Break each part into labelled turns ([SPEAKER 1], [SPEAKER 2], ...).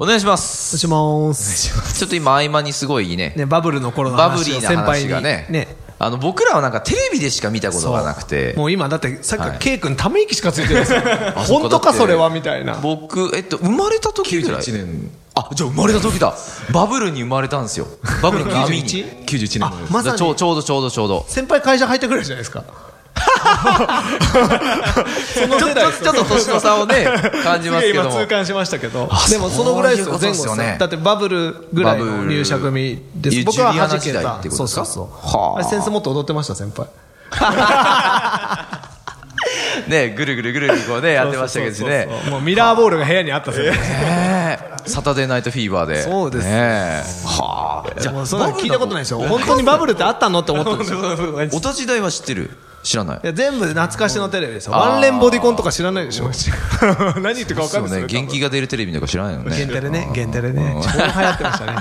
[SPEAKER 1] お願いしま
[SPEAKER 2] お願い
[SPEAKER 1] す。
[SPEAKER 2] します。
[SPEAKER 1] ちょっと今合間にすごいね、
[SPEAKER 2] ね、バブルの頃の
[SPEAKER 1] バブ
[SPEAKER 2] 話
[SPEAKER 1] リ
[SPEAKER 2] を
[SPEAKER 1] ー
[SPEAKER 2] 先
[SPEAKER 1] な
[SPEAKER 2] 輩
[SPEAKER 1] 話
[SPEAKER 2] に
[SPEAKER 1] がねあの、僕らはなんかテレビでしか見たことがなくて。
[SPEAKER 2] もう今だってさっきか
[SPEAKER 1] は
[SPEAKER 2] ら
[SPEAKER 1] い
[SPEAKER 2] K 君ため息しかついてるん ですよ
[SPEAKER 1] あそこ
[SPEAKER 2] 本当か
[SPEAKER 1] だって
[SPEAKER 2] それはみたいな
[SPEAKER 1] 僕、えっと、生まれた時ぐらい。
[SPEAKER 3] 91年
[SPEAKER 1] あ、じゃあ生まれた時だ。バブルに生まれたんですよ。バブルの波に。
[SPEAKER 2] 91
[SPEAKER 3] 91年のです
[SPEAKER 2] まさに
[SPEAKER 1] ちょうちょうどちょうどちょうど。
[SPEAKER 2] 先輩会社入ってくるじゃな いですか
[SPEAKER 1] ちょっとちょっとちょっと年の差をね、感じますけど
[SPEAKER 2] 今
[SPEAKER 1] も
[SPEAKER 2] 痛。感しましたけど
[SPEAKER 1] あ
[SPEAKER 2] でも
[SPEAKER 1] そ
[SPEAKER 2] そうのぐらいです
[SPEAKER 1] いうこ
[SPEAKER 2] よ
[SPEAKER 1] と
[SPEAKER 2] 前
[SPEAKER 1] で
[SPEAKER 2] 後
[SPEAKER 1] すよね
[SPEAKER 2] さだってバブルぐらい
[SPEAKER 1] バ
[SPEAKER 2] の
[SPEAKER 1] ブル
[SPEAKER 2] 入社組で
[SPEAKER 1] い
[SPEAKER 2] す
[SPEAKER 1] や
[SPEAKER 2] 僕
[SPEAKER 1] ジュ
[SPEAKER 2] は
[SPEAKER 1] ニア
[SPEAKER 2] は
[SPEAKER 1] の
[SPEAKER 2] じ
[SPEAKER 1] 時
[SPEAKER 2] け
[SPEAKER 1] 代ったてこと
[SPEAKER 2] そう
[SPEAKER 1] です
[SPEAKER 2] そう
[SPEAKER 1] か
[SPEAKER 2] そう
[SPEAKER 1] はあ
[SPEAKER 2] あれ先生もっと踊ってました先輩
[SPEAKER 1] ね、ぐるぐるぐるぐるこうね、やってましたけどね
[SPEAKER 2] そう。そうそうもうミラーボールが部屋にあった先輩
[SPEAKER 1] ねえサタデーナイトフィーバーで。
[SPEAKER 2] そうですよ
[SPEAKER 1] ねえはあ。
[SPEAKER 2] じゃあそんなの聞いたことないでしょ
[SPEAKER 1] バブル
[SPEAKER 2] 本当にバブルってあったのって思ったで しょ
[SPEAKER 1] だお立ち台は知ってる知らない
[SPEAKER 2] い。や全部懐かしのテレビですよワンレンボディコンとか知らないでし ょ何言ってるか分か
[SPEAKER 1] そ
[SPEAKER 2] ん
[SPEAKER 1] う
[SPEAKER 2] な
[SPEAKER 1] ね、
[SPEAKER 2] いですよ
[SPEAKER 1] 元気が出るテレビなんか知らないよね。
[SPEAKER 2] ゲンテレね
[SPEAKER 1] う、ん
[SPEAKER 2] ゲンテレね、超流行ってましたね。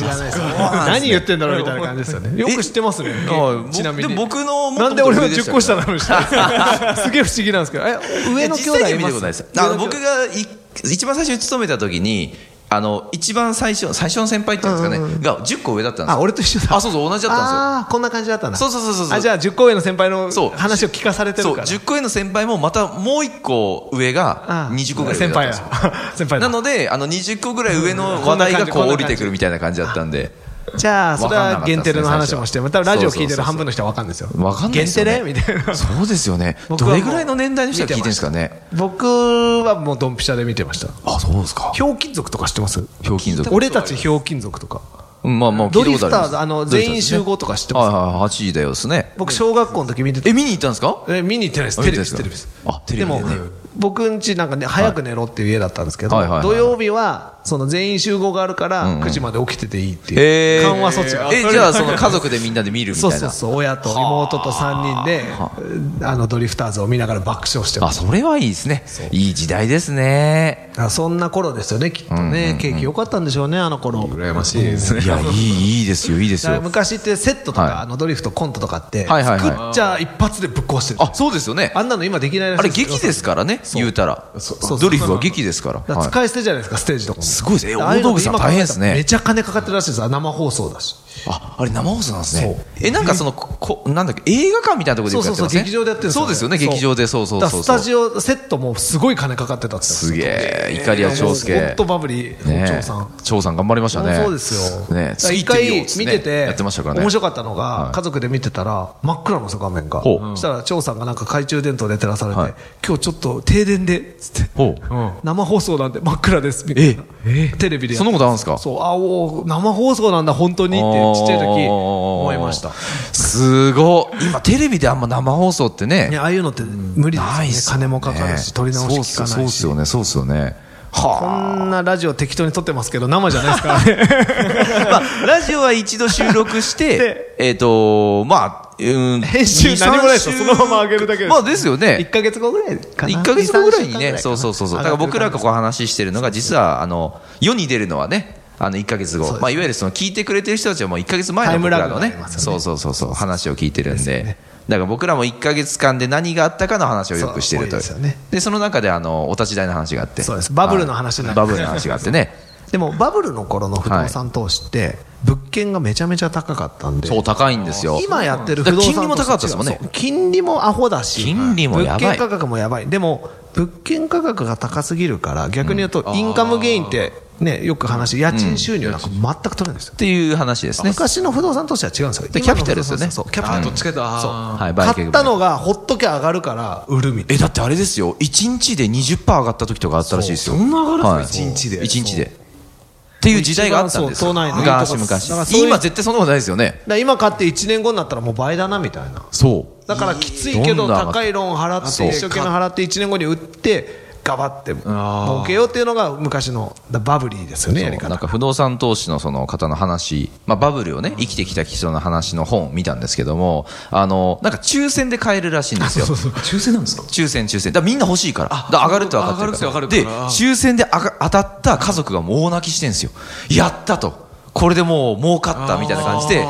[SPEAKER 2] 知らないですよ何言ってんだろうみたいな感じですよ ね。よく知ってますね。
[SPEAKER 1] あ
[SPEAKER 2] ちなみに。
[SPEAKER 1] でも僕のも
[SPEAKER 2] な
[SPEAKER 1] っと
[SPEAKER 2] んで
[SPEAKER 1] もっ
[SPEAKER 2] 俺
[SPEAKER 1] と
[SPEAKER 2] の
[SPEAKER 1] 上でし
[SPEAKER 2] 10
[SPEAKER 1] たけ
[SPEAKER 2] 個
[SPEAKER 1] ど
[SPEAKER 2] 下なの に知らないすげえ不思議なんですけど、え、上の兄弟
[SPEAKER 1] 実際に
[SPEAKER 2] い
[SPEAKER 1] は見た
[SPEAKER 2] ま
[SPEAKER 1] ことないですすあの僕がい一番最初に勤めた時にあの一番最初最初の先輩っていうんですかね、が10個上だったんです
[SPEAKER 2] あ、
[SPEAKER 1] よ
[SPEAKER 2] 俺と一緒だ。
[SPEAKER 1] あそうそう同じだったん
[SPEAKER 2] あーこんな感じだったんだ。
[SPEAKER 1] そうそうそうそうそう
[SPEAKER 2] あ、じゃあ10個上の先輩の
[SPEAKER 1] そう
[SPEAKER 2] 話を聞かされて
[SPEAKER 1] ですよ
[SPEAKER 2] る
[SPEAKER 1] そう
[SPEAKER 2] から。
[SPEAKER 1] 10個上の先輩もまたもう1個上が
[SPEAKER 2] あー
[SPEAKER 1] 20個ぐらい上
[SPEAKER 2] 先
[SPEAKER 1] だったんで
[SPEAKER 2] 輩だ
[SPEAKER 1] すよ。
[SPEAKER 2] 先輩
[SPEAKER 1] な
[SPEAKER 2] だ。
[SPEAKER 1] のであの20個ぐらい上 の話題がこう降りてくるみたいな感じだったんで
[SPEAKER 2] じゃあ、それはゲンテレの話もして、
[SPEAKER 1] わ
[SPEAKER 2] ま
[SPEAKER 1] かん
[SPEAKER 2] た
[SPEAKER 1] なか
[SPEAKER 2] ラ
[SPEAKER 1] ったで
[SPEAKER 2] ジオ
[SPEAKER 1] す
[SPEAKER 2] 聞
[SPEAKER 1] ね
[SPEAKER 2] いてる半分の人は分かんないですよ。
[SPEAKER 1] わかんないですよ、ね、
[SPEAKER 2] ゲンテレ みたいな。
[SPEAKER 1] そうですよね
[SPEAKER 2] 僕
[SPEAKER 1] ど
[SPEAKER 2] はもう
[SPEAKER 1] れぐらいの年代の人が聞いてるんですかね
[SPEAKER 2] 僕はもうドンピシャで見てました。
[SPEAKER 1] あそうですか
[SPEAKER 2] ひょうきん族とか知ってます
[SPEAKER 1] ひょうきん族
[SPEAKER 2] 俺たちひょうきん族とか。
[SPEAKER 1] うんまあまあ聞
[SPEAKER 2] ド
[SPEAKER 1] いた
[SPEAKER 2] リ
[SPEAKER 1] ことあり
[SPEAKER 2] フタ
[SPEAKER 1] ま
[SPEAKER 2] ー
[SPEAKER 1] す
[SPEAKER 2] ズ、あの、
[SPEAKER 1] ドリフターズね
[SPEAKER 2] 全員集合とか知って
[SPEAKER 1] はい
[SPEAKER 2] ます
[SPEAKER 1] はい8時だよですね
[SPEAKER 2] 僕、小学校の時見てて
[SPEAKER 1] え、見に行ったんですか
[SPEAKER 2] え見に行ってないです。
[SPEAKER 1] あ
[SPEAKER 2] テレビです、
[SPEAKER 1] 見
[SPEAKER 2] テ
[SPEAKER 1] て
[SPEAKER 2] レ
[SPEAKER 1] ないで
[SPEAKER 2] ビですす
[SPEAKER 1] か。あテレビでね
[SPEAKER 2] も、僕んちなんかね、早く寝ろっていう家だったんですけど
[SPEAKER 1] はいはいはい、はい
[SPEAKER 2] 土曜日は、その全員集合があるか
[SPEAKER 1] うんう
[SPEAKER 2] ら
[SPEAKER 1] ん、
[SPEAKER 2] 9時まで起きてていいってい
[SPEAKER 1] へ
[SPEAKER 2] う。
[SPEAKER 1] ー
[SPEAKER 2] 緩和措置が。
[SPEAKER 1] えじゃあその家族でみんなで見るみた
[SPEAKER 2] そ
[SPEAKER 1] いうな
[SPEAKER 2] そうそう、親と妹と3人で、あの、ドリフターズを見ながら爆笑してま
[SPEAKER 1] あ
[SPEAKER 2] す。
[SPEAKER 1] それはいいですねいい時代ですね
[SPEAKER 2] あそんな頃ですよね、きっとね。景気良かったんでしょうね、あの頃。
[SPEAKER 3] 羨ましいですね
[SPEAKER 1] いやいいいいですよいいです
[SPEAKER 2] だから
[SPEAKER 1] よ
[SPEAKER 2] 昔ってセットとか、
[SPEAKER 1] はい
[SPEAKER 2] あのドリフトコントとかって、
[SPEAKER 1] はいはいはい
[SPEAKER 2] 作っちゃ一発でぶっ壊してる
[SPEAKER 1] あそうですよね
[SPEAKER 2] あんなの今できないらし
[SPEAKER 1] あれ
[SPEAKER 2] いです
[SPEAKER 1] 劇ですからね言うたら
[SPEAKER 2] そうそう
[SPEAKER 1] ドリフは劇ですから
[SPEAKER 2] だから
[SPEAKER 1] はい
[SPEAKER 2] 使い捨てじゃないですか、ステージとかも
[SPEAKER 1] すごいですね
[SPEAKER 2] ああい
[SPEAKER 1] 大
[SPEAKER 2] うの
[SPEAKER 1] 道具さん
[SPEAKER 2] 今考えたら
[SPEAKER 1] 大変ですね
[SPEAKER 2] めちゃ金かかってるらしいですよ生放送だし
[SPEAKER 1] ああれ生放送なんですねえなんかそのここなんだっけ映画館みたいなところで
[SPEAKER 2] そ
[SPEAKER 1] よ
[SPEAKER 2] う
[SPEAKER 1] くやってま
[SPEAKER 2] そうそう
[SPEAKER 1] すね
[SPEAKER 2] 劇場でやってるん
[SPEAKER 1] そうですよね劇場でそうそうそう
[SPEAKER 2] だ
[SPEAKER 1] そ
[SPEAKER 2] か
[SPEAKER 1] う
[SPEAKER 2] らスタジオセットもすごい金かかってたって
[SPEAKER 1] すげえイカリア長
[SPEAKER 2] ホ
[SPEAKER 1] 介
[SPEAKER 2] ントバブリー
[SPEAKER 1] ね
[SPEAKER 2] 長さん
[SPEAKER 1] 長さん頑張りましたね
[SPEAKER 2] そうですよ。
[SPEAKER 1] ね
[SPEAKER 2] だから一
[SPEAKER 1] 次行
[SPEAKER 2] 回
[SPEAKER 1] ってみようっつって
[SPEAKER 2] 見
[SPEAKER 1] ね
[SPEAKER 2] てて、
[SPEAKER 1] やってましたからね
[SPEAKER 2] 面白かったの
[SPEAKER 1] は
[SPEAKER 2] が
[SPEAKER 1] い、
[SPEAKER 2] 家族で見てたら、真っ暗なんですよ、画面が。
[SPEAKER 1] ほう
[SPEAKER 2] そしたら、張さんがなんか懐中電灯で照らされて
[SPEAKER 1] はい、
[SPEAKER 2] 今日ちょっと停電で、つって。
[SPEAKER 1] ほう
[SPEAKER 2] 生放送なんで真っ暗です、みたいな。テレビでや
[SPEAKER 1] そ
[SPEAKER 2] っ
[SPEAKER 1] んなことあるんですか
[SPEAKER 2] そう、あ、おー生放送なんだ、本当にって、ちっちゃい時、思いました。
[SPEAKER 1] すごい今テレビであんま生放送ってね
[SPEAKER 2] ね、ああいうのって無理
[SPEAKER 1] ないっ
[SPEAKER 2] ですす
[SPEAKER 1] よ
[SPEAKER 2] よ
[SPEAKER 1] ね
[SPEAKER 2] ね。金もかかるし、取り直し聞か
[SPEAKER 1] そう
[SPEAKER 2] な
[SPEAKER 1] っ
[SPEAKER 2] い
[SPEAKER 1] す
[SPEAKER 2] し
[SPEAKER 1] よ。ねそうっすよねは
[SPEAKER 2] こんなラジオ適当に撮ってますけど、生じゃないですからね。
[SPEAKER 1] まあ、ラジオは一度収録して、えっと、まあ、うーん。
[SPEAKER 2] 編集
[SPEAKER 1] 2
[SPEAKER 2] 何もないですよ
[SPEAKER 1] 3週
[SPEAKER 2] そのまま上げるだけです
[SPEAKER 1] まあですよ
[SPEAKER 2] 1
[SPEAKER 1] ね。
[SPEAKER 2] ヶ月後ぐらいかな。
[SPEAKER 1] 1ヶ月後ぐらいにね、
[SPEAKER 2] 2-3
[SPEAKER 1] そうそうそう。そうだから僕らがこう話してるのが、実は、あの、世に出るのはね、あの、1ヶ月後。まあ、いわゆるその、聞いてくれてる人たちはもう1ヶ月前
[SPEAKER 2] タ
[SPEAKER 1] の
[SPEAKER 2] イム
[SPEAKER 1] 僕
[SPEAKER 2] ラ
[SPEAKER 1] ら
[SPEAKER 2] グ
[SPEAKER 1] の
[SPEAKER 2] があ
[SPEAKER 1] ね
[SPEAKER 2] り、ますよね
[SPEAKER 1] そうそうそうそう、話を聞いてるんで。だから僕らも1ヶ月間で何があったかの話をよくしてるとい
[SPEAKER 2] そう多
[SPEAKER 1] う
[SPEAKER 2] いですよね
[SPEAKER 1] で、その中で、あの、お立ち台の話があって。
[SPEAKER 2] そうですバブルの話にな
[SPEAKER 1] が
[SPEAKER 2] って
[SPEAKER 1] バブルの話があってね。
[SPEAKER 2] でもバブルの頃の不動産投資って、物件がめちゃめちゃ高かったんで、
[SPEAKER 1] そう、高いんですよ。
[SPEAKER 2] 今やってる不動産投資
[SPEAKER 1] だから金利も高かったですもんね
[SPEAKER 2] そう金利もアホだし、
[SPEAKER 1] 金利もやばい
[SPEAKER 2] 物件価格もやばい。でも、物件価格が高すぎるから、逆に言うと、インカムゲインって、ね、よく話、家賃収入なんか全く取れないですよ
[SPEAKER 1] っ。ていう話ですね。
[SPEAKER 2] 昔の不動産投資は違うんですよ。
[SPEAKER 1] でキャピタルですよね
[SPEAKER 2] 今の不動産そう、キャピタル。
[SPEAKER 3] どっちかというとあ
[SPEAKER 1] はい、売
[SPEAKER 2] 買
[SPEAKER 1] 却
[SPEAKER 2] ったのがほっときゃ上がるから売るみたい
[SPEAKER 1] えだってあれですよ1日で20%上がった時とかあったらしいですよ
[SPEAKER 3] そうそんな上がるん
[SPEAKER 1] ん
[SPEAKER 3] ですか一日で
[SPEAKER 1] 1日でっていう時代があったんですよ
[SPEAKER 2] 一番そう都内の
[SPEAKER 1] 昔
[SPEAKER 2] いいとこですだから
[SPEAKER 1] 昔
[SPEAKER 2] そういう
[SPEAKER 1] 今絶対そんなことないですよね
[SPEAKER 2] な。だから今買って1年後になったらもう倍だなみたいな。
[SPEAKER 1] そう
[SPEAKER 2] だからきついけ
[SPEAKER 1] どんど
[SPEAKER 2] ど
[SPEAKER 1] ん上がって
[SPEAKER 2] 高いローン払って
[SPEAKER 1] そう
[SPEAKER 2] 一生懸命払って1年後に売ってガバって儲けようっていうのが昔のだバブリーですよね、やり
[SPEAKER 1] なん
[SPEAKER 2] 方。
[SPEAKER 1] か不動産投資のその方の話、まあ、バブルをね、生きてきた人の話の本を見たんですけども、あの、なんか抽選で買えるらしいんですよ。
[SPEAKER 3] 抽選なんですか
[SPEAKER 1] 抽選、抽選。だからみんな欲しいから。だから上がるって分かってるから。
[SPEAKER 3] 上がるって分かるから
[SPEAKER 1] で、抽選であが当たった家族がもう大泣きしてんですよ。やったと。これでもう儲かったみたいな感じで、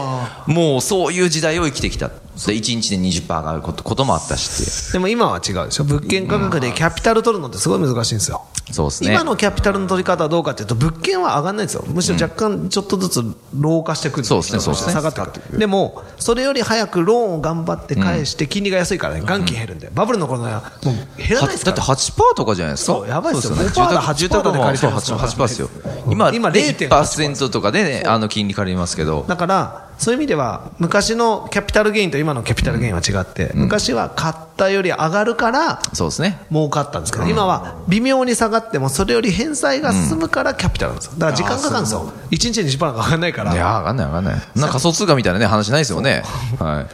[SPEAKER 1] もうそういう時代を生きてきた。で、1日で20%上がることこともあったしっ
[SPEAKER 2] でも今は違うでしょ。物件価格でキャピタル取るのってすごい難しいんですよ。
[SPEAKER 1] て。そうですね。
[SPEAKER 2] 今のキャピタルの取り方はどうかというと、物件は上がらないんですよ、むしろ若干ちょっとずつ老化してくる、
[SPEAKER 1] そうですねそうですね
[SPEAKER 2] 下がってくる、でも、それより早くローンを頑張って返して、金利が安いからね、元金減るんで、バブルの頃のはもう減らないです
[SPEAKER 1] だ
[SPEAKER 2] か
[SPEAKER 1] って
[SPEAKER 2] ら、
[SPEAKER 1] 8%とかじゃないですか。
[SPEAKER 2] そうやばいっすよ
[SPEAKER 1] そう
[SPEAKER 2] 5%だ8%
[SPEAKER 1] 住宅
[SPEAKER 2] で
[SPEAKER 1] も
[SPEAKER 2] 借りて
[SPEAKER 1] そう
[SPEAKER 2] ますから
[SPEAKER 1] 8%ですよ。今、
[SPEAKER 2] 今
[SPEAKER 1] 0.8%とかでね、あの、金利借りますけど。
[SPEAKER 2] だから、そういう意味では、昔のキャピタルゲインと今のキャピタルゲインは違って、昔は買ったより上がるから、
[SPEAKER 1] そうですね。
[SPEAKER 2] 儲かったんですけど、今は微妙に下がっても、それより返済が進むからキャピタルなんですよ、だから時間かかるんですよ、1日に10%が上がんないか
[SPEAKER 1] いや
[SPEAKER 2] ら、
[SPEAKER 1] ー、上がんない上がんない。なんか仮想通貨みたいなね、話ないですよね。はい。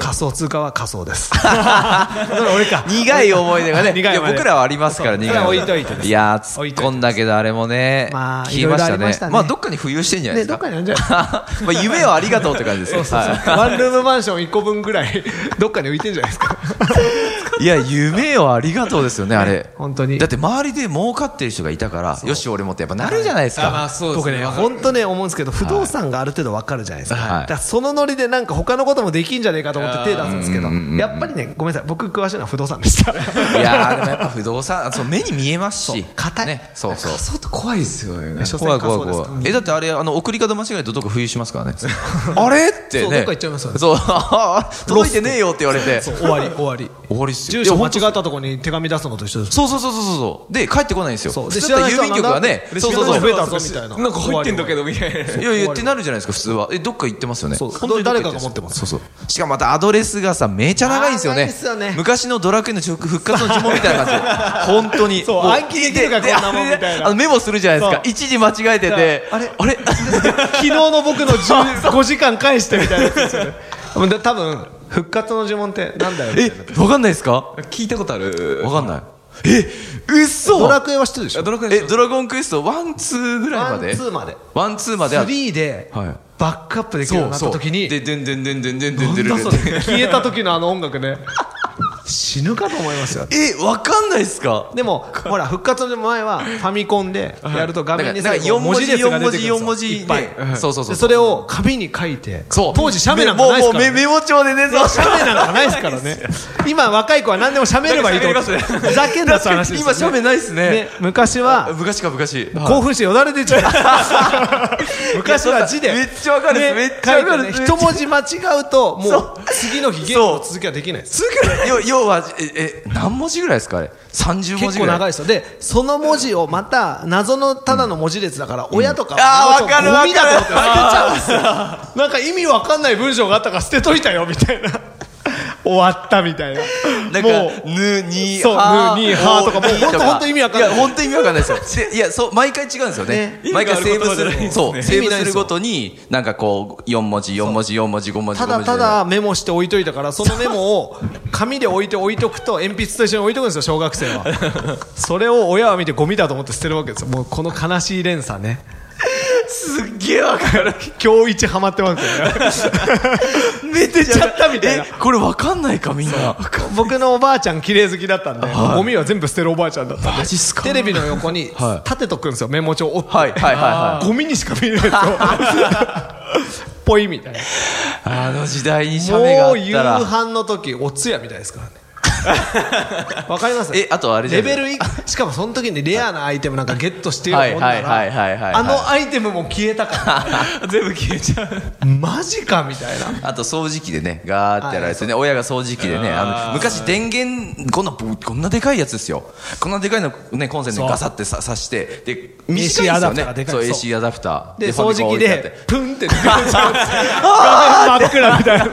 [SPEAKER 2] 仮想通貨は仮想 です。それ俺か
[SPEAKER 1] 苦い思い出がね、い
[SPEAKER 2] 苦い思い出
[SPEAKER 1] や僕らはありますから、苦い
[SPEAKER 2] それは
[SPEAKER 1] 思い
[SPEAKER 2] 置いといてです
[SPEAKER 1] 出。いやー、突っ込んだけど、あれもね、
[SPEAKER 2] まあ
[SPEAKER 1] 消えまし
[SPEAKER 2] いろいろありましたた
[SPEAKER 1] ね。
[SPEAKER 2] ね
[SPEAKER 1] まあ、どっかに浮遊してんじゃないですか。
[SPEAKER 2] ねどっかにあるんじゃな い
[SPEAKER 1] まあ、夢をありがとうって感じですね。は
[SPEAKER 2] ワンルームマンション1個分ぐらい、どっかに浮いてんじゃないですか。
[SPEAKER 1] いいや、夢をありがとうですよね、あれ。
[SPEAKER 2] 本当に
[SPEAKER 1] だって、周りで儲かってる人がいたから、よし、俺もってやっぱなるじゃないです
[SPEAKER 3] あまあ
[SPEAKER 1] か。
[SPEAKER 3] そうです
[SPEAKER 2] 僕ね、本当ね、思うんですけど、不動産がある程度わかるじゃないですか。
[SPEAKER 1] はい
[SPEAKER 2] だからそのノリでなんか他のこともできんじゃねえかと思って手出すんですけど
[SPEAKER 1] うんうんうんう、ん
[SPEAKER 2] やっぱりね、ごめんなさい、僕詳しいのは不動産 でした。
[SPEAKER 1] いやー、でもやっぱ不動産、そう、目に見えますし。
[SPEAKER 2] 硬い
[SPEAKER 1] ね、そうそう。
[SPEAKER 3] ちょっと怖いですよね
[SPEAKER 2] 所
[SPEAKER 1] 怖
[SPEAKER 2] 詮
[SPEAKER 1] い怖い
[SPEAKER 2] 仮想ですから
[SPEAKER 1] 怖い。え、だってあれ、あの、送り方間違えるとどっか浮遊しますからね。あれって
[SPEAKER 2] そう
[SPEAKER 1] ね。
[SPEAKER 2] どっか行っちゃいますよね
[SPEAKER 1] そう、 あー届いてねえよって言われて。
[SPEAKER 2] 終わり、終わり。
[SPEAKER 1] 終わりっすよ。
[SPEAKER 2] 住所間違
[SPEAKER 1] いや
[SPEAKER 2] ったとこに手紙出すのと一緒です。
[SPEAKER 1] そうそうそうそうそう。で、帰ってこないんですよ。
[SPEAKER 2] そう
[SPEAKER 1] で、
[SPEAKER 2] で
[SPEAKER 1] 知らない郵便局がね、
[SPEAKER 2] 知らない人はなんだ
[SPEAKER 1] そうそうそう。
[SPEAKER 2] 知らない人は増えたぞみたいな
[SPEAKER 3] なんか入ってんだけどみたいない
[SPEAKER 1] やいやってなるじゃないですか、普通は。え、どっか行ってますよね。
[SPEAKER 2] そう
[SPEAKER 1] 本当にどっ行
[SPEAKER 2] 誰かが持ってます
[SPEAKER 1] そうそう。しかもまたアドレスがさ、めちゃ長いんですよ
[SPEAKER 2] あー長い
[SPEAKER 1] ね
[SPEAKER 2] っすよね。
[SPEAKER 1] 昔のドラクエの復活の呪文みたいな感 じで。本当に。
[SPEAKER 2] そう
[SPEAKER 1] も
[SPEAKER 2] 暗記できるか
[SPEAKER 1] で
[SPEAKER 2] こんなもん
[SPEAKER 1] あれ
[SPEAKER 2] みたいな
[SPEAKER 1] あのメモするじゃないですか。
[SPEAKER 2] そう
[SPEAKER 1] 一時間違えてて。
[SPEAKER 2] あれ
[SPEAKER 1] あれ
[SPEAKER 2] 昨日 の僕の5時間返してみたいなやつですよね。もうで多分、復活の呪文ってなんだよみたいな。
[SPEAKER 1] え、わかんないですか
[SPEAKER 3] 聞いたことある
[SPEAKER 1] わかんない。え、嘘
[SPEAKER 2] ドラクエは知ってるでしょ
[SPEAKER 3] ドラクエ
[SPEAKER 1] え、ドラゴンクエスト1、2ぐらいまで
[SPEAKER 2] ワンツーまで。
[SPEAKER 1] ワン、ツーまであ
[SPEAKER 2] 3で
[SPEAKER 1] はい
[SPEAKER 2] バックアップできるようになった時に、
[SPEAKER 1] で、でんでんでんでんでんでんで
[SPEAKER 2] なん
[SPEAKER 1] んで
[SPEAKER 2] だ
[SPEAKER 1] ん
[SPEAKER 2] それ消えた時のあの音楽ね死ぬかと思いますよ
[SPEAKER 1] え、わかんないっすか
[SPEAKER 2] でも ほら復活の前はファミコンでやると画
[SPEAKER 1] なんか
[SPEAKER 2] 面に
[SPEAKER 1] なん
[SPEAKER 2] 最
[SPEAKER 1] か
[SPEAKER 2] 後
[SPEAKER 1] 4文字、
[SPEAKER 2] 列
[SPEAKER 1] 4
[SPEAKER 2] が出
[SPEAKER 1] 文
[SPEAKER 2] て
[SPEAKER 1] 字、
[SPEAKER 2] くるん
[SPEAKER 1] 4
[SPEAKER 2] ですよ
[SPEAKER 1] 文字
[SPEAKER 2] いっぱい
[SPEAKER 1] でそうそうそう。
[SPEAKER 2] でそれを紙に書いて
[SPEAKER 1] そう、
[SPEAKER 2] 当時写メなんかないです
[SPEAKER 1] もう
[SPEAKER 2] か
[SPEAKER 1] もう
[SPEAKER 2] ら
[SPEAKER 1] メメ
[SPEAKER 2] ね
[SPEAKER 1] モ帳でね、そう
[SPEAKER 2] 写メなんかないですからね今若い子は何でも写メればいいと思っ て
[SPEAKER 1] なんか喋りますね
[SPEAKER 2] ふざ けんなって話ですよね
[SPEAKER 1] 今写メないっすね
[SPEAKER 2] ね昔は
[SPEAKER 1] 昔か昔。
[SPEAKER 2] 興奮してよだれ出ち ゃう昔は字で
[SPEAKER 1] めっちゃわかるっす
[SPEAKER 2] ね
[SPEAKER 1] めっちゃわかる
[SPEAKER 2] 書いてね一文字間違うとも
[SPEAKER 1] そうう
[SPEAKER 2] 次の日ゲームの続きはできないです
[SPEAKER 1] すぐ、要要は、え、え何文字ぐらいですかあれ。30文
[SPEAKER 2] 結
[SPEAKER 1] 字ぐ
[SPEAKER 2] 構
[SPEAKER 1] らい。
[SPEAKER 2] 長いですよでその文字をまた謎のただの文字列だから親とか
[SPEAKER 1] あー
[SPEAKER 2] もうちょっと
[SPEAKER 1] わかる
[SPEAKER 2] ゴミだと思って捨てちゃうんですよなんか意味わかんない文章があったから捨てといたよみ たいな終わったみたいな
[SPEAKER 1] なん
[SPEAKER 2] も
[SPEAKER 1] か、
[SPEAKER 2] う
[SPEAKER 1] ぬ、に、
[SPEAKER 2] そう
[SPEAKER 1] は、
[SPEAKER 2] ぬにはとか
[SPEAKER 1] お
[SPEAKER 2] もうほんと
[SPEAKER 1] に
[SPEAKER 2] ほんと意味わかんない
[SPEAKER 1] いや、本当意味わかんないですよ。でい や、そう、毎回違うんですよね。
[SPEAKER 3] ね
[SPEAKER 1] 毎回
[SPEAKER 3] 意味
[SPEAKER 1] セー
[SPEAKER 3] がある
[SPEAKER 1] ブ
[SPEAKER 3] 言葉
[SPEAKER 1] す
[SPEAKER 3] じゃない
[SPEAKER 1] る、
[SPEAKER 3] です
[SPEAKER 1] そ
[SPEAKER 3] ね
[SPEAKER 1] う、セー
[SPEAKER 2] 意味
[SPEAKER 1] ブ
[SPEAKER 2] ない
[SPEAKER 1] す
[SPEAKER 2] です
[SPEAKER 1] る
[SPEAKER 2] よ
[SPEAKER 1] ごとに、なんかこう、4文字、4文字、4文字、5文字、
[SPEAKER 2] ただただメモして置いといたからそのメモを紙で置いて置いとくと鉛筆と一緒に置いとくんですよ小学生 はそれを親は見てゴミだと思って捨てるわけですよもうこの悲しい連鎖ね
[SPEAKER 1] すっげえわかる。
[SPEAKER 2] 今日一ハマってますよね
[SPEAKER 1] 寝て
[SPEAKER 2] ちゃったみたいな
[SPEAKER 1] これわかんないか、みんな。
[SPEAKER 2] 僕のおばあちゃん綺麗好きだったんで、ゴミは全部捨てるおばあちゃんだったんで
[SPEAKER 1] マジっすか
[SPEAKER 2] テレビの横に
[SPEAKER 1] は
[SPEAKER 2] 立てとくんですよメモ帳を折って
[SPEAKER 1] はい、はい、はい、はい。
[SPEAKER 2] ゴミにしか見えな いですよぽいみたいな
[SPEAKER 1] あの時代に写メがあ
[SPEAKER 2] も
[SPEAKER 1] っ
[SPEAKER 2] う夕
[SPEAKER 1] たら。
[SPEAKER 2] 飯の時お通夜みたいで すからねわかります
[SPEAKER 1] えあとあれじゃ
[SPEAKER 2] レ
[SPEAKER 1] ない
[SPEAKER 2] ベルいしかもその時にレアなアイテムなんかゲットしてるもん
[SPEAKER 1] はい
[SPEAKER 2] な
[SPEAKER 1] はいはいはいはいはい
[SPEAKER 2] らあのアイテムも消えたか
[SPEAKER 3] 全部消えちゃう
[SPEAKER 2] らマジかみたいな
[SPEAKER 1] あと掃除機でね、ガーってやられてね、親が掃除機でね、あの、昔電源、こんな、ぶこんなでかいやつですよ。こんなでかいの、ね、コンセントにガサってさ刺して、で、短いんです
[SPEAKER 2] AC ア
[SPEAKER 1] よ
[SPEAKER 2] ダプタ
[SPEAKER 1] ね
[SPEAKER 2] ーがで。かい
[SPEAKER 1] そう、
[SPEAKER 2] そう
[SPEAKER 1] AC アダプター。
[SPEAKER 2] で
[SPEAKER 1] ファミ
[SPEAKER 2] 掃
[SPEAKER 1] コン
[SPEAKER 2] 除機
[SPEAKER 1] 置いてあって
[SPEAKER 2] でプンって出てきちゃうんですよ画面真っ暗みたいな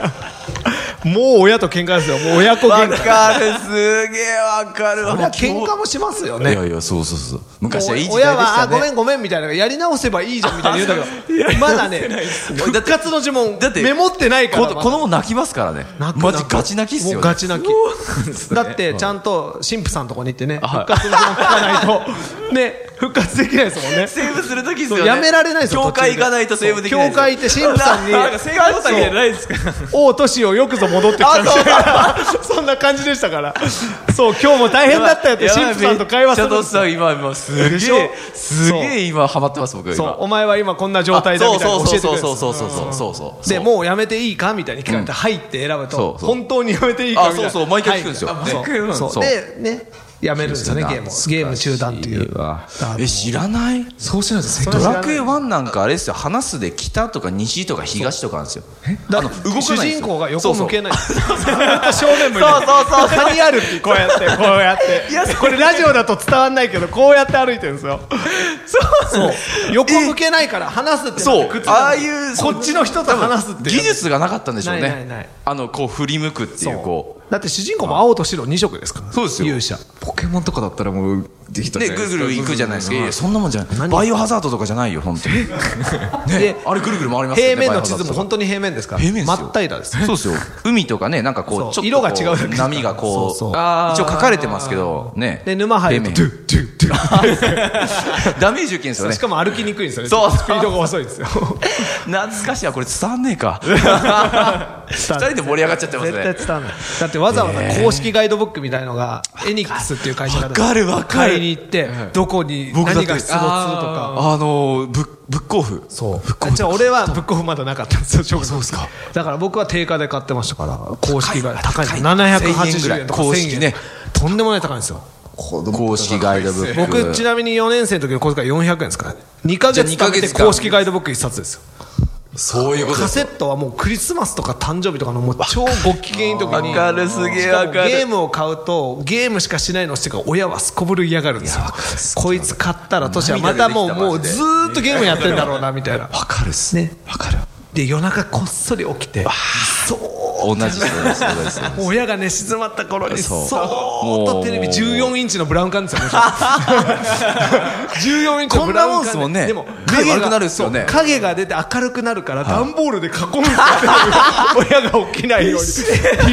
[SPEAKER 2] もう親と喧嘩ですよもう親子
[SPEAKER 1] わ
[SPEAKER 2] 喧嘩
[SPEAKER 1] かる、すげえわかる。
[SPEAKER 2] 俺は喧嘩もしますよ
[SPEAKER 1] い
[SPEAKER 2] ね
[SPEAKER 1] やいや、そうそうそう。昔はいい時代
[SPEAKER 2] 親
[SPEAKER 1] でし
[SPEAKER 2] は、
[SPEAKER 1] た
[SPEAKER 2] あごめ
[SPEAKER 1] ね。
[SPEAKER 2] んごめんみたいなやり直せばいいじゃんみたいな言うんだけどまだね復活の呪文
[SPEAKER 1] だって
[SPEAKER 2] メモってないから
[SPEAKER 1] こ子供泣きますからね。
[SPEAKER 2] 泣く
[SPEAKER 1] マ
[SPEAKER 2] 泣
[SPEAKER 1] ジ
[SPEAKER 2] く
[SPEAKER 1] ガチ泣きっす
[SPEAKER 2] も
[SPEAKER 1] よ
[SPEAKER 2] う
[SPEAKER 1] ね
[SPEAKER 2] ガ。チ泣きだってちゃんと神父さんとこに行ってね
[SPEAKER 1] はい
[SPEAKER 2] 復活の呪文聞か ないとね復活できないですもんね
[SPEAKER 1] セーブする時っす
[SPEAKER 2] そう
[SPEAKER 1] よね。
[SPEAKER 2] やめられないですよ
[SPEAKER 1] 教会
[SPEAKER 2] 途中
[SPEAKER 1] 行かないとセーブできない
[SPEAKER 2] 教会行って神父さんに
[SPEAKER 3] なんか、聖火ボタンみたいなのないですか
[SPEAKER 2] 「おう年をよくぞ戻ってきた」みたいな そんな感じでしたからそう今日も大変だったよって神父さんと会話するんです
[SPEAKER 1] さ
[SPEAKER 2] よ
[SPEAKER 1] ん今、今、すげ
[SPEAKER 2] でしょ
[SPEAKER 1] え、すげえ今、ハマってます、僕、今。
[SPEAKER 2] そうお前は今こんな状態だ
[SPEAKER 1] そう
[SPEAKER 2] みたいな
[SPEAKER 1] そう
[SPEAKER 2] の教えてくれ
[SPEAKER 1] そう
[SPEAKER 2] る
[SPEAKER 1] ん
[SPEAKER 2] です
[SPEAKER 1] そ
[SPEAKER 2] よ
[SPEAKER 1] うそうそうそうそうそう。
[SPEAKER 2] でもうやめていいかみたいに聞かれて「はい」って選ぶと
[SPEAKER 1] そうそう
[SPEAKER 2] 本当にやめていいかみたいな
[SPEAKER 1] あそうそう毎回聞くんですよ
[SPEAKER 2] はい
[SPEAKER 1] ね
[SPEAKER 2] そう
[SPEAKER 3] 聞くの
[SPEAKER 2] そう
[SPEAKER 1] そう
[SPEAKER 2] でねやめるんですよねゲームをゲーム中断っていう
[SPEAKER 1] え知らない
[SPEAKER 3] そうしないと聖
[SPEAKER 1] ドラクエ1なんかあれですよ話すで北とか西とか東とかなんですよ
[SPEAKER 2] だ
[SPEAKER 1] あの動かないんです
[SPEAKER 2] 主
[SPEAKER 1] よ
[SPEAKER 2] 人公が横向け ないずっ と
[SPEAKER 1] そう
[SPEAKER 2] 正面向いて
[SPEAKER 1] そうそう
[SPEAKER 2] 他にあるってこうやってこうやってこれラジオだと伝わんないけどこうやって歩いてるんですよそう横向けないから話すって
[SPEAKER 1] そう
[SPEAKER 2] なって靴
[SPEAKER 1] ああいう
[SPEAKER 2] こっちの人と話すって
[SPEAKER 1] 技術がなかったんでしょうね
[SPEAKER 2] ないないない
[SPEAKER 1] あのこう振り向くっていうこ
[SPEAKER 2] だって主人公も青と白2色ですから
[SPEAKER 1] そうですよ
[SPEAKER 2] 勇者
[SPEAKER 3] ポケモンとかだったらもうでき
[SPEAKER 1] う
[SPEAKER 3] た
[SPEAKER 1] でぐるぐる行くじゃないですかいやいや
[SPEAKER 3] か
[SPEAKER 1] そんなもんじゃないバイオハザードとかじゃないよ本当にね
[SPEAKER 2] で
[SPEAKER 1] あれぐるぐる回りますよね
[SPEAKER 2] 平面
[SPEAKER 1] バイ
[SPEAKER 2] の
[SPEAKER 1] オハ
[SPEAKER 2] 地
[SPEAKER 1] ザードと
[SPEAKER 2] 図も
[SPEAKER 1] か
[SPEAKER 2] 本当に平面ですから
[SPEAKER 1] 平面ですよ
[SPEAKER 2] 真っ平らです
[SPEAKER 1] そうですよ海とかねなんかこうち
[SPEAKER 2] そ
[SPEAKER 1] ょ
[SPEAKER 2] う
[SPEAKER 1] っとこう
[SPEAKER 2] 色が違うだけです
[SPEAKER 1] 波がこう
[SPEAKER 2] そうそう
[SPEAKER 1] あー一応書かれてますけどね
[SPEAKER 2] で沼入ると
[SPEAKER 1] 平
[SPEAKER 2] ド
[SPEAKER 1] 面
[SPEAKER 2] ゥッドゥッドゥッ
[SPEAKER 1] ダメージ受けんですよね
[SPEAKER 2] しかも歩きにくいんですよね
[SPEAKER 1] そう
[SPEAKER 2] スピードが遅いんですよ
[SPEAKER 1] 懐かしいわこれ伝わんねえ か二人で盛り上がっちゃってます
[SPEAKER 2] 絶
[SPEAKER 1] ね
[SPEAKER 2] 対伝わんないだってわざわざ公式ガイドブックみたいのがエニックスっていう会社が
[SPEAKER 1] わかるわかる
[SPEAKER 2] 買いに行ってどこに何
[SPEAKER 1] 僕
[SPEAKER 2] が
[SPEAKER 1] だって
[SPEAKER 2] 出没するとか
[SPEAKER 1] あのーブッブックオフ
[SPEAKER 2] そうじゃあ俺はブックオフまだなかったんですよそうですかだから僕は定価で買ってましたから公式が高
[SPEAKER 1] 高
[SPEAKER 2] い
[SPEAKER 1] い
[SPEAKER 2] 780円とか
[SPEAKER 1] 1000円ぐらい公
[SPEAKER 2] 1000
[SPEAKER 1] 式
[SPEAKER 2] 円
[SPEAKER 1] ね
[SPEAKER 2] とんでもない高いんですよ
[SPEAKER 1] 公式ガイドブック
[SPEAKER 2] 僕ちなみに4年生の時の小遣い400円ですからね2ヶ月か
[SPEAKER 1] じゃ
[SPEAKER 2] けて
[SPEAKER 1] あ二ヶ月間
[SPEAKER 2] 公式ガイドブック1冊ですよ
[SPEAKER 1] そういうこと
[SPEAKER 2] カ
[SPEAKER 1] です
[SPEAKER 2] セットはもうクリスマスとか誕生日とかのもう超ご機嫌いい時に
[SPEAKER 1] わかるすげえ
[SPEAKER 2] しかも
[SPEAKER 1] わかる
[SPEAKER 2] ゲームを買うとゲームしかしないのをしてから親はすこぶる嫌がるんですよこいつ買ったら年はまたもう
[SPEAKER 1] 涙出てきた
[SPEAKER 2] もう
[SPEAKER 1] マジで
[SPEAKER 2] ずーっとゲームやってんだろうなみたいな
[SPEAKER 1] わかるっす
[SPEAKER 2] ね
[SPEAKER 1] わかる
[SPEAKER 2] で夜中こっそり起きてそう
[SPEAKER 1] 同じです同じです同じです
[SPEAKER 2] もう親がね静まった頃に
[SPEAKER 1] そ
[SPEAKER 2] そうーっと テレビ
[SPEAKER 1] もう
[SPEAKER 2] 14インチのブラウン管ですよ14インチのブラウ
[SPEAKER 1] こんなも
[SPEAKER 2] ン管
[SPEAKER 1] んすもんね
[SPEAKER 2] でも
[SPEAKER 1] 目
[SPEAKER 2] 影
[SPEAKER 1] 悪く
[SPEAKER 2] が
[SPEAKER 1] なるっすよね
[SPEAKER 2] そう影が出て明るくなるから段ボールで囲むんですよ親が起きないように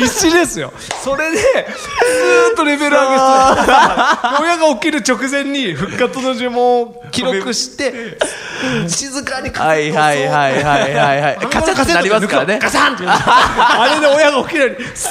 [SPEAKER 2] 必死ですよそれでずーっとレベル上げてた 親が起きる直前に復活の呪文を記録して静かに
[SPEAKER 1] はいはいはいはいはいはいカチャカチャなりますからね
[SPEAKER 2] ガサンって言うんですよあれで親が起きるようにそ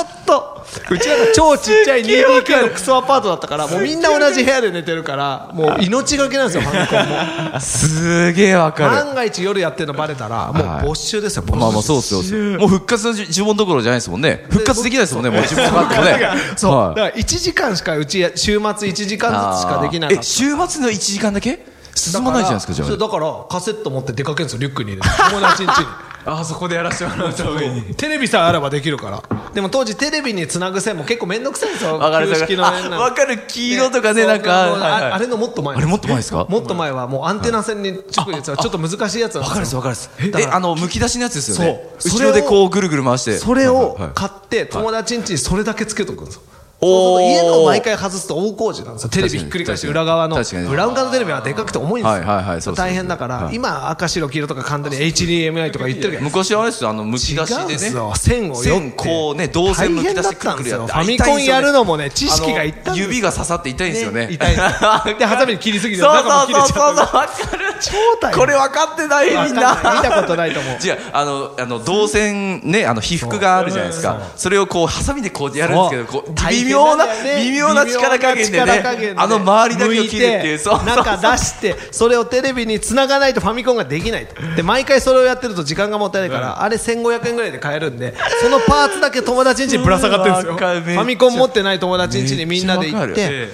[SPEAKER 2] ーっとうちなんか超ちっちゃい 2DK のクソアパートだったからもうみんな同じ部屋で寝てるからもう命がけなんですよ犯行も
[SPEAKER 1] すげえわかる
[SPEAKER 2] 万が一夜やってるのバレたらもう没収ですよ没収
[SPEAKER 1] まあまあそうっすよそうっすよもう復活の呪文どころじゃないですもんね復活できないですもんねもう自分があってもね
[SPEAKER 2] そう、
[SPEAKER 1] はい
[SPEAKER 2] だから1時間しかうち週末1時間ずつしかできな
[SPEAKER 1] あ
[SPEAKER 2] い
[SPEAKER 1] ーえ週末の1時間だけ進まないじゃないですかじゃあ
[SPEAKER 2] そうだからカセット持って出かけるんですよリュックに入れて友達ん家に
[SPEAKER 3] らあそこでやらせてもらうために
[SPEAKER 2] テレビさえあればできるからでも当時テレビにつなぐ線も結構面倒くさいんですよ
[SPEAKER 1] わかる
[SPEAKER 2] 旧式の
[SPEAKER 1] わか
[SPEAKER 2] 連
[SPEAKER 1] る
[SPEAKER 2] 絡
[SPEAKER 1] あわかる黄色とかね
[SPEAKER 2] そう
[SPEAKER 1] なんか
[SPEAKER 2] そうそう
[SPEAKER 1] はいはい
[SPEAKER 2] ああれのもっと前
[SPEAKER 1] あれもっと前ですか
[SPEAKER 2] もっと前はもうアンテナ線に直でやつはちょっと難しいやつなん
[SPEAKER 1] わかるっすわかるっす
[SPEAKER 2] だ
[SPEAKER 1] え
[SPEAKER 2] から
[SPEAKER 1] あのむき出しのやつですよね
[SPEAKER 2] そう
[SPEAKER 1] 後ろでこうぐるぐる回して
[SPEAKER 2] それを
[SPEAKER 1] はいはい
[SPEAKER 2] 買って友達ん家にそれだけつけとくんですよ
[SPEAKER 1] おー
[SPEAKER 2] そうすると家のを毎回外すと大工事なんですよテレビひっくり返して
[SPEAKER 1] 確か
[SPEAKER 2] 裏
[SPEAKER 1] に
[SPEAKER 2] 側の
[SPEAKER 1] 確かに
[SPEAKER 2] ブラウン管のテレビはでかくて重いんですよ、
[SPEAKER 1] はいはいはいそうそう
[SPEAKER 2] 大変だから、
[SPEAKER 1] はい
[SPEAKER 2] 今赤白黄色とか簡単に HDMI とか言ってるけど
[SPEAKER 1] 昔あれですよあのむき出し
[SPEAKER 2] 違うん
[SPEAKER 1] ですね
[SPEAKER 2] よ線をよって
[SPEAKER 1] 線こうね銅線むき出してくるくるやって
[SPEAKER 2] 大変だった
[SPEAKER 1] あ痛い
[SPEAKER 2] んですよファミコンやるのもね知識がいったんですよ
[SPEAKER 1] あの指が刺さって 痛いんですよね
[SPEAKER 2] 痛いんですよでハサミで切りすぎて
[SPEAKER 1] そうそう
[SPEAKER 2] 中も切れちゃ
[SPEAKER 1] そううそうわかる
[SPEAKER 2] 超大変
[SPEAKER 1] これ分かってないみん
[SPEAKER 2] わかんない見
[SPEAKER 1] な
[SPEAKER 2] たことないと思う
[SPEAKER 1] 違うあのあの銅線ねあの被覆があるじゃないですかそれをこうハサミでこうやるんですけどこう
[SPEAKER 2] 大
[SPEAKER 1] 微
[SPEAKER 2] 変
[SPEAKER 1] 妙なん
[SPEAKER 2] だよね
[SPEAKER 1] 微妙な力加減で
[SPEAKER 2] 微妙な
[SPEAKER 1] ね
[SPEAKER 2] 力加減で
[SPEAKER 1] あの周りだけを切るってい
[SPEAKER 2] 向
[SPEAKER 1] うそうそう
[SPEAKER 2] 中出してそれをテレビに繋がないとファミコンができないとで毎回それをやってると時間がもったいないから、あれ1500円ぐらいで買えるんでそのパーツだけ友達ん家にぶら下がってるんですよ
[SPEAKER 1] う
[SPEAKER 2] フ
[SPEAKER 1] わわかるめっちゃ
[SPEAKER 2] ァミコン持ってない友達ん家にみんなで行っ
[SPEAKER 1] めっちゃ
[SPEAKER 2] てで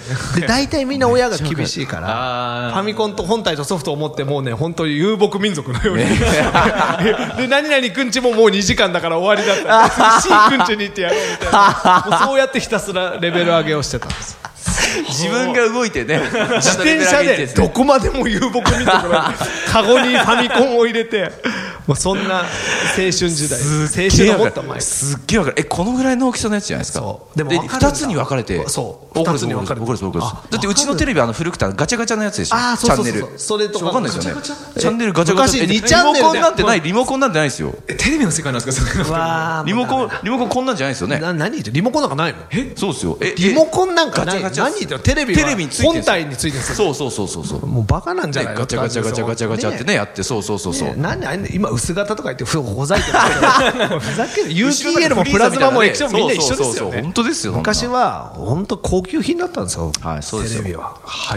[SPEAKER 2] 大体みんな親が厳しいから
[SPEAKER 3] あー
[SPEAKER 2] ファミコンと本体とソフトを持ってもうね本当に遊牧民族のように で何々くんちももう2時間だから終わり だったしくんちに行ってやろうみたいなもうそうやってひたすらレベル上げをしてたんです
[SPEAKER 1] 自分が動いてね
[SPEAKER 2] 自転車でどこまでも遊牧民族なのにカゴにファミコンを入れてもうそんな青春時代
[SPEAKER 1] す
[SPEAKER 2] 青
[SPEAKER 1] っげえ
[SPEAKER 2] 春の
[SPEAKER 1] わ
[SPEAKER 2] も
[SPEAKER 1] か
[SPEAKER 2] っと前
[SPEAKER 1] るすっげえわかるえこのぐらいの大きさのやつじゃないですか
[SPEAKER 2] そうで
[SPEAKER 1] で
[SPEAKER 2] も分かるんだ
[SPEAKER 1] 2つに分かれて
[SPEAKER 2] そう
[SPEAKER 1] 二
[SPEAKER 2] 二つに分かれて
[SPEAKER 1] 僕です僕です
[SPEAKER 2] あ
[SPEAKER 1] だってうちのテレビあの古くてガチャガチャのやつでしょチ
[SPEAKER 2] あーそう
[SPEAKER 1] ャ
[SPEAKER 2] そ
[SPEAKER 1] ン
[SPEAKER 2] うそ
[SPEAKER 1] ネ
[SPEAKER 2] う
[SPEAKER 1] ル
[SPEAKER 2] それとか
[SPEAKER 1] わかんないですよね
[SPEAKER 2] ガチャガチャ
[SPEAKER 1] チャンネルガチャガチャ
[SPEAKER 2] 昔
[SPEAKER 1] え
[SPEAKER 2] 二チャンネル
[SPEAKER 1] リモコ
[SPEAKER 2] で
[SPEAKER 1] ンなんてないリモコンなんてないですよ
[SPEAKER 3] えテレビの世界なんですかそれ
[SPEAKER 2] わ
[SPEAKER 1] リモコンリモコンこんなんじゃないですよね
[SPEAKER 2] な何言ってるリモコンなんかないの
[SPEAKER 1] そうですよええ
[SPEAKER 2] リモコンなんかない
[SPEAKER 1] ガチャガチャ
[SPEAKER 2] 何言ってるテレビは
[SPEAKER 1] テレビについてるん
[SPEAKER 2] 本
[SPEAKER 1] ですよ
[SPEAKER 2] 体についてるんですよ
[SPEAKER 1] そうそうそうそうそう
[SPEAKER 2] もうバカなんじゃ
[SPEAKER 1] ね
[SPEAKER 2] ないの
[SPEAKER 1] ガチャガチャガチャガチャガチャってねやってそうそうそうそう
[SPEAKER 2] ねなんであれね今薄型とか言ってふほざいてますけ どふざけんな UTL もプラズマも液晶もみんな一
[SPEAKER 1] そ
[SPEAKER 2] 緒
[SPEAKER 1] う
[SPEAKER 2] で
[SPEAKER 1] そう
[SPEAKER 2] す
[SPEAKER 1] そうそ
[SPEAKER 2] よ
[SPEAKER 1] う本
[SPEAKER 2] ね
[SPEAKER 1] 当ですよそんな
[SPEAKER 2] 昔は本当高級品だったんですよ
[SPEAKER 1] はいそうですよ
[SPEAKER 2] テレビは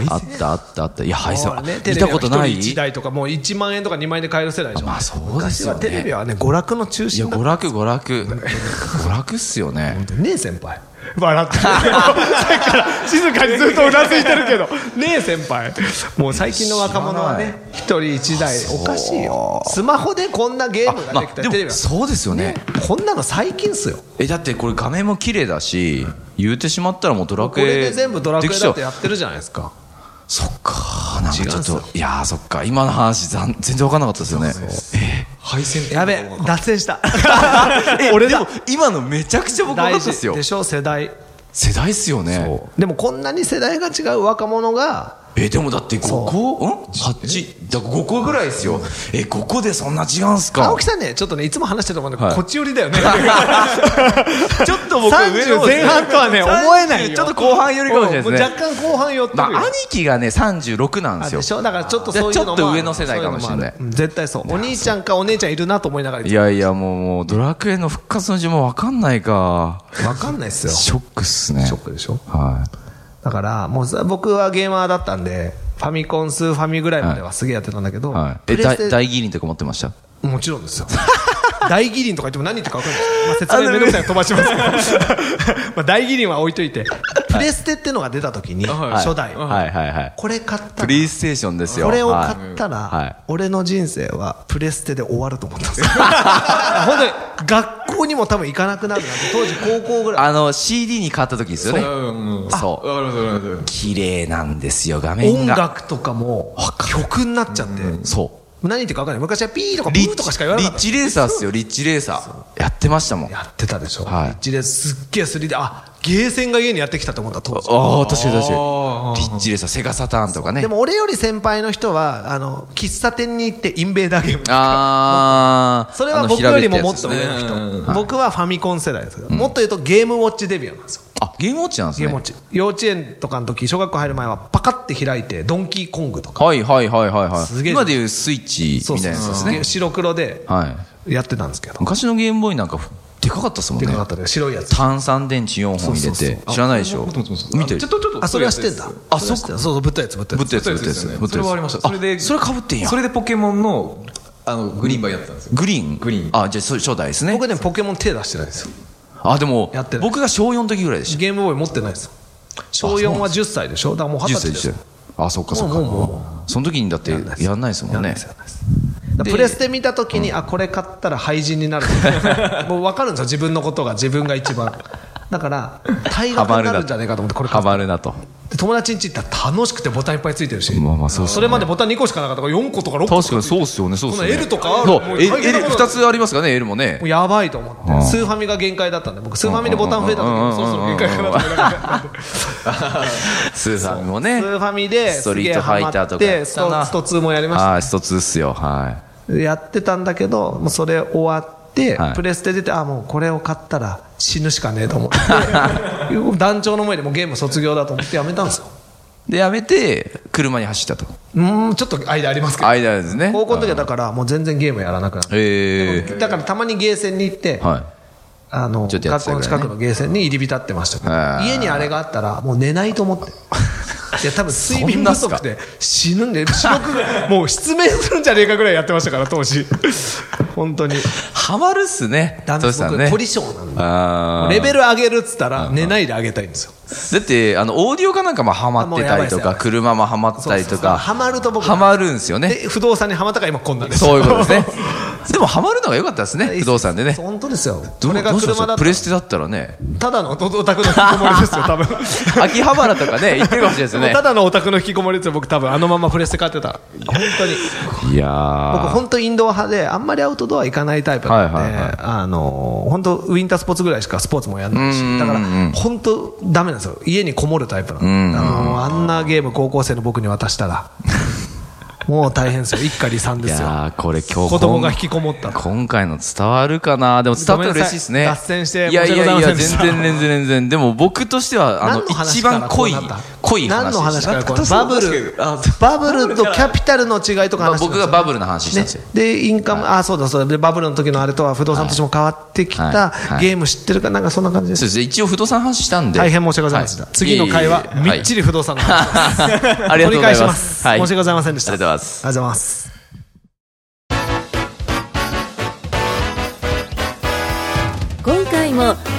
[SPEAKER 1] あったあったあったいや配線
[SPEAKER 2] ほら
[SPEAKER 1] は
[SPEAKER 2] ね
[SPEAKER 1] 見たことない
[SPEAKER 2] テレビは一人一台とかもう1万円とか2万円で買える世代でしょ
[SPEAKER 1] まあそうです
[SPEAKER 2] 昔
[SPEAKER 1] よ
[SPEAKER 2] は
[SPEAKER 1] ね
[SPEAKER 2] テレビはね娯楽の中
[SPEAKER 1] いや娯
[SPEAKER 2] 心だっ
[SPEAKER 1] 楽娯楽娯楽っすよね
[SPEAKER 2] たねえ先輩笑ってるさっきから静かにずっとうなずいてるけどねえ先輩もう最近の若者は
[SPEAKER 1] 知
[SPEAKER 2] ね一人一台おかしいよスマホでこんなゲームが
[SPEAKER 1] ま
[SPEAKER 2] できた
[SPEAKER 1] あで
[SPEAKER 2] りテレビ
[SPEAKER 1] も
[SPEAKER 2] が
[SPEAKER 1] そうですよね
[SPEAKER 2] こんなの最近っすよ
[SPEAKER 1] えだってこれ画面も綺麗だし言うてしまったらもうドラ
[SPEAKER 2] こ
[SPEAKER 1] クエ
[SPEAKER 2] れで全部ドラクエ
[SPEAKER 1] できちゃ
[SPEAKER 2] だっ
[SPEAKER 1] う
[SPEAKER 2] てやってるじゃないですか
[SPEAKER 1] そっかなんか
[SPEAKER 2] 違
[SPEAKER 1] ち
[SPEAKER 2] う
[SPEAKER 1] ょ
[SPEAKER 2] ん
[SPEAKER 1] っ
[SPEAKER 2] すよ
[SPEAKER 1] といやーそっか今の話ざん全然分かんなかったですよね
[SPEAKER 3] 配線
[SPEAKER 2] やべ脱線 した
[SPEAKER 1] え
[SPEAKER 2] 俺
[SPEAKER 1] で
[SPEAKER 2] だ
[SPEAKER 1] も今のめちゃくちゃ僕分か
[SPEAKER 2] 大
[SPEAKER 1] ったっすよ
[SPEAKER 2] 事でしょ世代
[SPEAKER 1] 世代っすよね
[SPEAKER 2] でもこんなに世代が違う若者が
[SPEAKER 1] えでもだって5個ん ?8 だから5個ぐらいですよえ5個でそんな違うんすか
[SPEAKER 2] 青木さんねちょっとねいつも話してると思うんだけど、
[SPEAKER 1] はい
[SPEAKER 2] こっち寄りだよ ね
[SPEAKER 1] ちょっと僕は上の方
[SPEAKER 2] 30
[SPEAKER 1] ですね
[SPEAKER 2] 前半とはね思えない
[SPEAKER 1] 30
[SPEAKER 2] よ
[SPEAKER 1] ちょっと後半よりかもしれないですね
[SPEAKER 2] もう若干後半寄ってる
[SPEAKER 1] ま
[SPEAKER 2] よ、
[SPEAKER 1] あ、兄貴がね36なんです
[SPEAKER 2] あ
[SPEAKER 1] よ
[SPEAKER 2] でしょだからちょっとそういうのもあ
[SPEAKER 1] ち
[SPEAKER 2] る
[SPEAKER 1] ょっと上の世代かもしれない
[SPEAKER 2] そううのもあるうん絶対そうお兄ちゃんかお姉ちゃんいるなと思いながら
[SPEAKER 1] いやいやもうもうドラクエの復活の順番わかんないか
[SPEAKER 2] 分かんないっすよシ
[SPEAKER 1] ショックっすね
[SPEAKER 2] ョックでしょ
[SPEAKER 1] は
[SPEAKER 2] だからもうさ僕はゲーマーだったんでファミコンスーファミぐらいまではすげえやってたんだけど、
[SPEAKER 1] い、はい、
[SPEAKER 2] プ
[SPEAKER 1] え
[SPEAKER 2] レス
[SPEAKER 1] 大
[SPEAKER 2] テ
[SPEAKER 1] 大義理とか持ってました
[SPEAKER 2] もちろんですよ 大義林とか言っても何言ってるか分かんないです、まあ、説明めんどくさいの飛ばしますけど まあ大義林は置いといてプレステってのが出た時に、
[SPEAKER 3] はい
[SPEAKER 2] 初代、
[SPEAKER 1] はいはいはい
[SPEAKER 2] これ買った
[SPEAKER 1] プ
[SPEAKER 2] ら
[SPEAKER 1] レイステーションですよ
[SPEAKER 2] これを買ったら、
[SPEAKER 1] はいはい
[SPEAKER 2] 俺の人生はプレステで終わると思った んですよ本当に学校にも多分行かなくなるなんて当時高校ぐらい
[SPEAKER 1] あの CD に変わった時ですよね
[SPEAKER 3] うんうん
[SPEAKER 1] そう
[SPEAKER 3] わかりますわかります
[SPEAKER 1] 綺麗なんですよ画面
[SPEAKER 2] 音
[SPEAKER 1] が
[SPEAKER 2] 楽とかも曲になっちゃって、
[SPEAKER 1] そう
[SPEAKER 2] 何言ってるか分かんない昔はピーとかブーとかしか言わな
[SPEAKER 1] リ
[SPEAKER 2] かっ
[SPEAKER 1] ッ
[SPEAKER 2] た
[SPEAKER 1] チレーサーっすよリッチレーサーやってましたもんあ
[SPEAKER 2] やってたでしょ、
[SPEAKER 1] はい
[SPEAKER 2] リッチですっげえ 3D あゲーセンが家にやってきたと思った当時
[SPEAKER 1] あ確かに確か
[SPEAKER 3] あー
[SPEAKER 1] にリッチレーサーセガサターンとかね
[SPEAKER 2] でも俺より先輩の人はあの喫茶店に行ってインベーダーゲーム
[SPEAKER 1] ああ
[SPEAKER 2] それは僕よりももっと
[SPEAKER 1] ね
[SPEAKER 2] 上の人、
[SPEAKER 3] うんうん
[SPEAKER 2] 僕はファミコン世代ですよ、もっと言うとゲームウォッチデビューなんですよ
[SPEAKER 1] あゲームウォッチなんです
[SPEAKER 2] ゲ
[SPEAKER 1] ね
[SPEAKER 2] ームウォッチ幼稚園とかの時小学校入る前はパカッて開いてドンキーコングとか
[SPEAKER 1] はいはいはいはいは
[SPEAKER 2] すげ
[SPEAKER 1] い
[SPEAKER 2] え
[SPEAKER 1] 今でいうスイッチみたいなやつです
[SPEAKER 2] すげえ
[SPEAKER 1] ね
[SPEAKER 2] 白黒で
[SPEAKER 1] はい
[SPEAKER 2] やってたんですけど、
[SPEAKER 1] 昔のゲームボーイなんかでかかったっすもん
[SPEAKER 2] で
[SPEAKER 1] ね
[SPEAKER 2] かかったで白いやつ
[SPEAKER 1] 炭酸電池4本入れて知らないでしょ
[SPEAKER 3] 僕もそうそう
[SPEAKER 1] 見てる
[SPEAKER 3] ちょっとちょっと
[SPEAKER 2] あそれは知ってんだ
[SPEAKER 1] あ
[SPEAKER 2] れは知ってんだそうそうぶったやつぶったや
[SPEAKER 1] ぶ
[SPEAKER 2] つ
[SPEAKER 1] ったやつぶったや
[SPEAKER 3] そうです
[SPEAKER 1] つ
[SPEAKER 3] よね
[SPEAKER 1] ぶったやつ
[SPEAKER 3] それはありましたそれで
[SPEAKER 1] それかぶってんや
[SPEAKER 3] それでポケモンのあのグリーンバイやってたんですよ
[SPEAKER 1] グリーン
[SPEAKER 3] グリーン
[SPEAKER 1] あじゃあそれ初代ですね
[SPEAKER 2] 僕ねポケモン手出してないですよ
[SPEAKER 1] あでも
[SPEAKER 2] やってない
[SPEAKER 1] 僕が小4の時ぐらいでした
[SPEAKER 2] ゲームボーイ持ってないですよ小4は10歳でしょだからもう
[SPEAKER 1] 10
[SPEAKER 2] 20歳
[SPEAKER 1] 歳
[SPEAKER 2] で
[SPEAKER 1] ですし
[SPEAKER 2] よ
[SPEAKER 1] たよあそっかそっ
[SPEAKER 2] もうもうも
[SPEAKER 1] かその時にだってやんないですもんね
[SPEAKER 2] だからプレステ見た時に、あこれ買ったら廃人になるもう分かるんですよ自分のことが自分が一番だから退
[SPEAKER 1] ハ
[SPEAKER 2] 学
[SPEAKER 1] マ
[SPEAKER 2] になる
[SPEAKER 1] る
[SPEAKER 2] んじゃないかと思ってこれ買
[SPEAKER 1] ハ
[SPEAKER 2] った
[SPEAKER 1] マるなと
[SPEAKER 2] で友達ん家行ったら楽しくてボタンいっぱいついてるし、
[SPEAKER 1] まあまあそうっすね
[SPEAKER 2] それまでボタン2個しかなかったから4個とか6個
[SPEAKER 1] 確かにそうっすよねそうっすよね
[SPEAKER 2] この L とか
[SPEAKER 1] そ
[SPEAKER 2] も
[SPEAKER 1] う
[SPEAKER 2] う
[SPEAKER 1] L
[SPEAKER 2] 大変なこと
[SPEAKER 1] 2つありますからね L もね
[SPEAKER 2] もうやばいと思ってスーファミが限界だったんで僕スーファミでボタン増えた時
[SPEAKER 1] うんうんうん
[SPEAKER 2] もそろそろ限界かなと思いながら
[SPEAKER 1] スーさんも
[SPEAKER 2] ス
[SPEAKER 1] ね
[SPEAKER 2] ーファミで
[SPEAKER 1] スト
[SPEAKER 2] す
[SPEAKER 1] リ
[SPEAKER 2] げ
[SPEAKER 1] ー
[SPEAKER 2] え
[SPEAKER 1] トフ
[SPEAKER 2] ハ
[SPEAKER 1] ァ
[SPEAKER 2] マ
[SPEAKER 1] イター
[SPEAKER 2] っ
[SPEAKER 1] とかや
[SPEAKER 2] て
[SPEAKER 1] っ
[SPEAKER 2] ス
[SPEAKER 1] たな
[SPEAKER 2] トスト2もやりました
[SPEAKER 1] ああスト2っすよはい
[SPEAKER 2] やってたんだけどもうそれ終わって、
[SPEAKER 1] はい
[SPEAKER 2] プレステ出てあもうこれを買ったら死ぬしかねえと思って 団長の前でもうゲーム卒業だと思ってやめたんですよ
[SPEAKER 1] でやめて車に走ったと
[SPEAKER 2] うーんちょっと間ありますけど
[SPEAKER 1] 間ですね
[SPEAKER 2] 高校の時はだからもう全然ゲームやらなくなって
[SPEAKER 1] ええ
[SPEAKER 2] だからたまにゲーセンに行って、
[SPEAKER 1] は
[SPEAKER 2] あの、
[SPEAKER 1] ちょっとやっ
[SPEAKER 2] 学
[SPEAKER 1] てた
[SPEAKER 2] 校の
[SPEAKER 1] ぐら
[SPEAKER 2] 近
[SPEAKER 1] いね
[SPEAKER 2] くのゲーセンに入り浸ってましたけど
[SPEAKER 1] あー
[SPEAKER 2] 家にあれがあったら、もう寝ないと思って。 いや、多分睡眠不足で死ぬんで、死ぬぐらい、もう失明するんじゃねえかぐらいやってましたから、当時。本当に。
[SPEAKER 1] いハマるっすね。
[SPEAKER 2] ダメです、
[SPEAKER 1] トシさん
[SPEAKER 2] 僕、
[SPEAKER 1] ね。
[SPEAKER 2] 凝り性なんで。
[SPEAKER 1] あー
[SPEAKER 2] レベル上げるっつったら、寝ないで上げたいんですよ。
[SPEAKER 1] だって、あの、オーディオかなんかもハマってたりと
[SPEAKER 2] もうやばいっすやばい
[SPEAKER 1] か、
[SPEAKER 2] っす
[SPEAKER 1] 車もハマったりとか。
[SPEAKER 2] ハマると僕、
[SPEAKER 1] ハマるんですよね。
[SPEAKER 2] で、不動産にハマったから今こんなんです。
[SPEAKER 1] そういうことです ね。でも、ハマるのが良かったですね。不動産でね。
[SPEAKER 2] 本当ですよ。
[SPEAKER 1] ど
[SPEAKER 2] こ
[SPEAKER 1] うど
[SPEAKER 2] れが
[SPEAKER 1] うしまし
[SPEAKER 2] 車
[SPEAKER 1] ょ
[SPEAKER 2] だ
[SPEAKER 1] う
[SPEAKER 2] と
[SPEAKER 1] プレステだったらね。
[SPEAKER 2] ただのおお宅の引きこも りですよ、多分。
[SPEAKER 1] 秋葉原とかね、行ってるかもしれないですよね
[SPEAKER 2] た。だのお宅の引きこもりですよ、僕多分あのままプレステ買ってた。本当に。
[SPEAKER 1] いや
[SPEAKER 2] 僕
[SPEAKER 1] ー。
[SPEAKER 2] 本当インドア派で、あんまりアウトドア行かないタイプなんで、
[SPEAKER 1] はいはいはい
[SPEAKER 2] あの、本当ウィンタースポーツぐらいしかスポーツもやんない
[SPEAKER 1] うんうんう
[SPEAKER 2] し、
[SPEAKER 1] ん
[SPEAKER 2] だから本当ダメなんですよ。家にこもるタイプなんで、あの、あんなゲーム高校生の僕に渡したら、 もう大変ですよ。一家離散で
[SPEAKER 1] い
[SPEAKER 2] すよ。
[SPEAKER 1] やー、これ今日
[SPEAKER 2] 子供が引きこもったら
[SPEAKER 1] 今回の伝わるかなでも伝わったら嬉しいですね。
[SPEAKER 2] ごめんなさい脱線して
[SPEAKER 1] いやいやい
[SPEAKER 2] 申し訳ござい
[SPEAKER 1] や、全
[SPEAKER 2] ませんでした
[SPEAKER 1] 然全然全然。でも僕としては、あ
[SPEAKER 2] 何
[SPEAKER 1] の、一
[SPEAKER 2] 話から
[SPEAKER 1] 番濃い
[SPEAKER 2] こうなった、
[SPEAKER 1] 濃い話で
[SPEAKER 2] 何の話
[SPEAKER 1] し
[SPEAKER 2] か
[SPEAKER 1] た。
[SPEAKER 2] らこうなったバブル、バブルとキャピタルの違いとか
[SPEAKER 1] まあ
[SPEAKER 2] 話して
[SPEAKER 1] 僕
[SPEAKER 2] ます
[SPEAKER 1] が
[SPEAKER 2] よ
[SPEAKER 1] バブルの話したんですよ。
[SPEAKER 2] ね、でインカム、あそうだそうだでバブルの時のあれとは不動産としても変わってきた、
[SPEAKER 1] はいはい
[SPEAKER 2] ゲーム知ってるかなんかそんな感じで
[SPEAKER 1] そう
[SPEAKER 2] す
[SPEAKER 1] ですね一応不動産話したんで。
[SPEAKER 2] 大変申し訳ございませんでした、
[SPEAKER 1] はい
[SPEAKER 2] 次の会話、
[SPEAKER 1] いえいえいえ
[SPEAKER 2] みっちり不動産の
[SPEAKER 1] は
[SPEAKER 2] 話です
[SPEAKER 1] い ありがとうござい
[SPEAKER 2] 取り返し
[SPEAKER 1] ま。
[SPEAKER 2] ますす、申し訳ございませんでした
[SPEAKER 1] ありがとうございます
[SPEAKER 2] ありがとうございます
[SPEAKER 4] 今回も